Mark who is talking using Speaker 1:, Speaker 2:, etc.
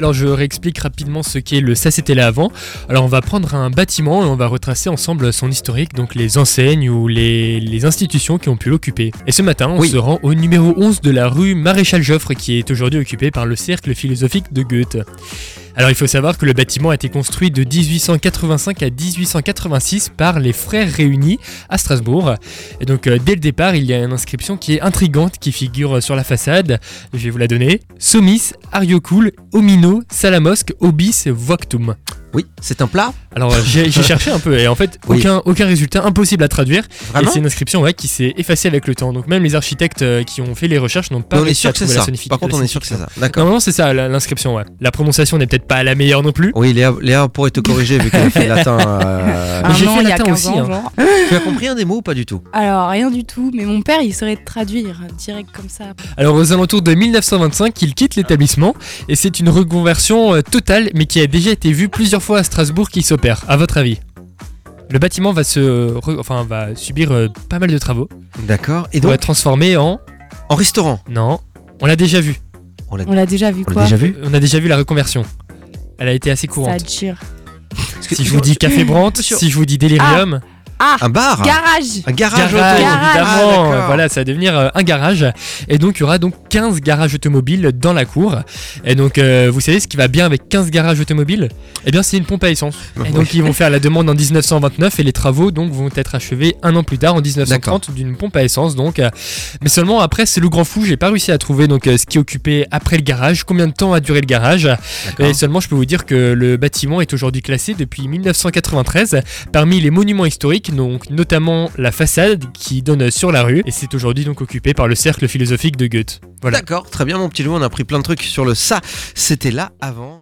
Speaker 1: Alors je réexplique rapidement ce qu'est le ça c'était là avant. Alors on va prendre un bâtiment et on va retracer ensemble son historique, donc les enseignes ou les, les institutions qui ont pu l'occuper. Et ce matin, on
Speaker 2: Oui.
Speaker 1: se rend au numéro 11 de la rue Maréchal Joffre qui est aujourd'hui occupée par le cercle philosophique de Goethe. Alors il faut savoir que le bâtiment a été construit de 1885 à 1886 par les frères réunis à Strasbourg. Et donc euh, dès le départ, il y a une inscription qui est intrigante qui figure sur la façade. Je vais vous la donner. Somis, Ariocoul, Omino, Salamosque, Obis, Voctum.
Speaker 2: Oui, c'est un plat
Speaker 1: Alors euh, j'ai j'ai cherché un peu et en fait
Speaker 2: Oui. Ah
Speaker 1: aucun, aucun résultat impossible à traduire. et
Speaker 2: Vraiment
Speaker 1: c'est une inscription ouais, qui s'est effacée avec le temps. Donc même les architectes euh, qui ont fait les recherches n'ont pas
Speaker 2: Mais on est
Speaker 1: réussi à
Speaker 2: sûr que c'est
Speaker 1: trouver la
Speaker 2: ça.
Speaker 1: signification.
Speaker 2: Par contre, on est sûr que c'est ça. D'accord.
Speaker 1: Normalement c'est ça la- l'inscription ouais. La prononciation n'est peut-être pas la meilleure non plus.
Speaker 2: Oui, Léa, Léa pourrait te corriger vu qu'elle a fait latin. euh,
Speaker 1: Mais
Speaker 3: Un
Speaker 1: j'ai
Speaker 3: an,
Speaker 1: fait
Speaker 3: Ah, il y a
Speaker 1: latin
Speaker 3: 15
Speaker 1: aussi,
Speaker 3: ans,
Speaker 1: hein.
Speaker 3: genre.
Speaker 2: tu as compris un des mots ou pas du tout
Speaker 3: Alors, rien du tout, mais mon père, il saurait te traduire direct comme ça.
Speaker 1: Alors aux alentours de 1925, il quitte l'établissement et c'est une reconversion euh, totale mais qui a déjà été vue plusieurs fois à Strasbourg qui s'opère. À votre avis le bâtiment va, se, euh, re- enfin, va subir euh, pas mal de travaux
Speaker 2: D'accord. Et
Speaker 1: pour
Speaker 2: donc,
Speaker 1: être transformé en...
Speaker 2: en restaurant
Speaker 1: Non, on l'a déjà vu.
Speaker 3: On l'a déjà vu
Speaker 2: On l'a
Speaker 3: quoi
Speaker 2: déjà vu
Speaker 1: On a déjà vu la reconversion. Elle a été assez
Speaker 3: Ça
Speaker 1: courante.
Speaker 3: tire.
Speaker 1: Si je vous dis Café Brandt,
Speaker 2: Sur-
Speaker 1: si je vous dis Delirium,
Speaker 3: Ah
Speaker 2: Un bar
Speaker 3: Garage
Speaker 2: Un garage,
Speaker 1: garage,
Speaker 2: auto.
Speaker 3: garage.
Speaker 2: Ah,
Speaker 1: évidemment,
Speaker 2: d'accord.
Speaker 1: voilà, ça va devenir euh, un garage. Et donc, il y aura donc 15 garages automobiles dans la cour. Et donc, euh, vous savez ce qui va bien avec 15 garages automobiles Eh bien, c'est une pompe à essence.
Speaker 2: Bah,
Speaker 1: Et donc, ils vont faire la demande en 1929 et les travaux donc vont être achevés un an plus tard, en 1930, d'une pompe à essence. Donc, euh, mais seulement après, c'est le grand flou. J'ai pas réussi à trouver donc euh, ce qui occupait après le garage, combien de temps a duré le garage.
Speaker 2: D'accord.
Speaker 1: Et seulement, je peux vous dire que le bâtiment est aujourd'hui classé depuis 1993 parmi les monuments historiques, donc notamment la façade qui donne sur la rue. Et c'est aujourd'hui donc occupé par le cercle philosophique de Goethe. Voilà.
Speaker 2: D'accord, très bien mon petit loup, on a appris plein de trucs sur le ça. C'était là avant.